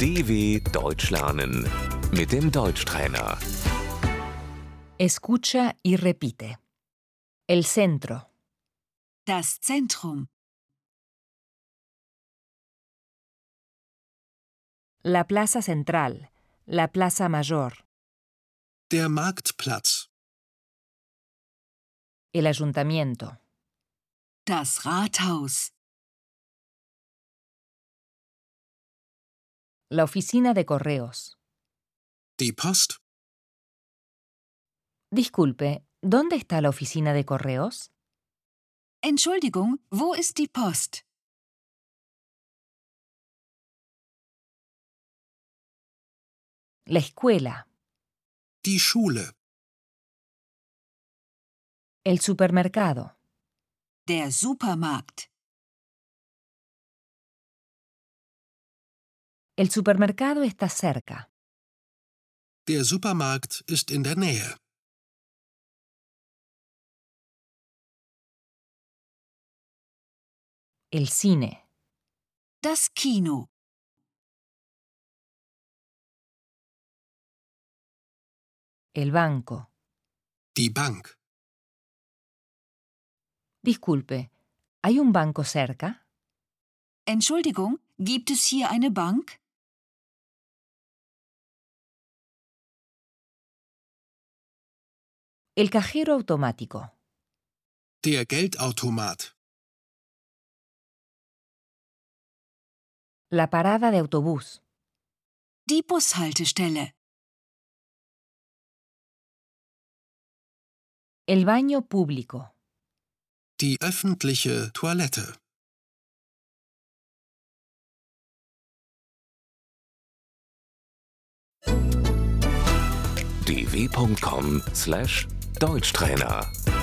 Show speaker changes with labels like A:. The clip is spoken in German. A: DW Deutsch lernen mit dem Deutschtrainer.
B: Escucha y repite. El centro,
C: Das Zentrum,
B: la plaza central, la plaza mayor,
D: Der Marktplatz,
B: el ayuntamiento,
C: das Rathaus,
B: la oficina de correos.
D: die Post,
B: Disculpe, ¿dónde está la oficina de correos?
C: Entschuldigung, wo ist die Post?
B: La escuela,
D: die Schule,
B: el supermercado,
C: Der Supermarkt,
B: el supermercado está cerca,
D: der Supermarkt ist in der Nähe,
B: el cine,
C: das Kino,
B: el banco.
D: die Bank,
B: Disculpe, ¿hay un banco cerca?
C: Entschuldigung, gibt es hier eine Bank?
B: El cajero automático,
D: der Geldautomat,
B: la parada de autobús,
C: Die Bushaltestelle,
B: el baño público,
D: die öffentliche Toilette,
A: dw.com/deutschtrainer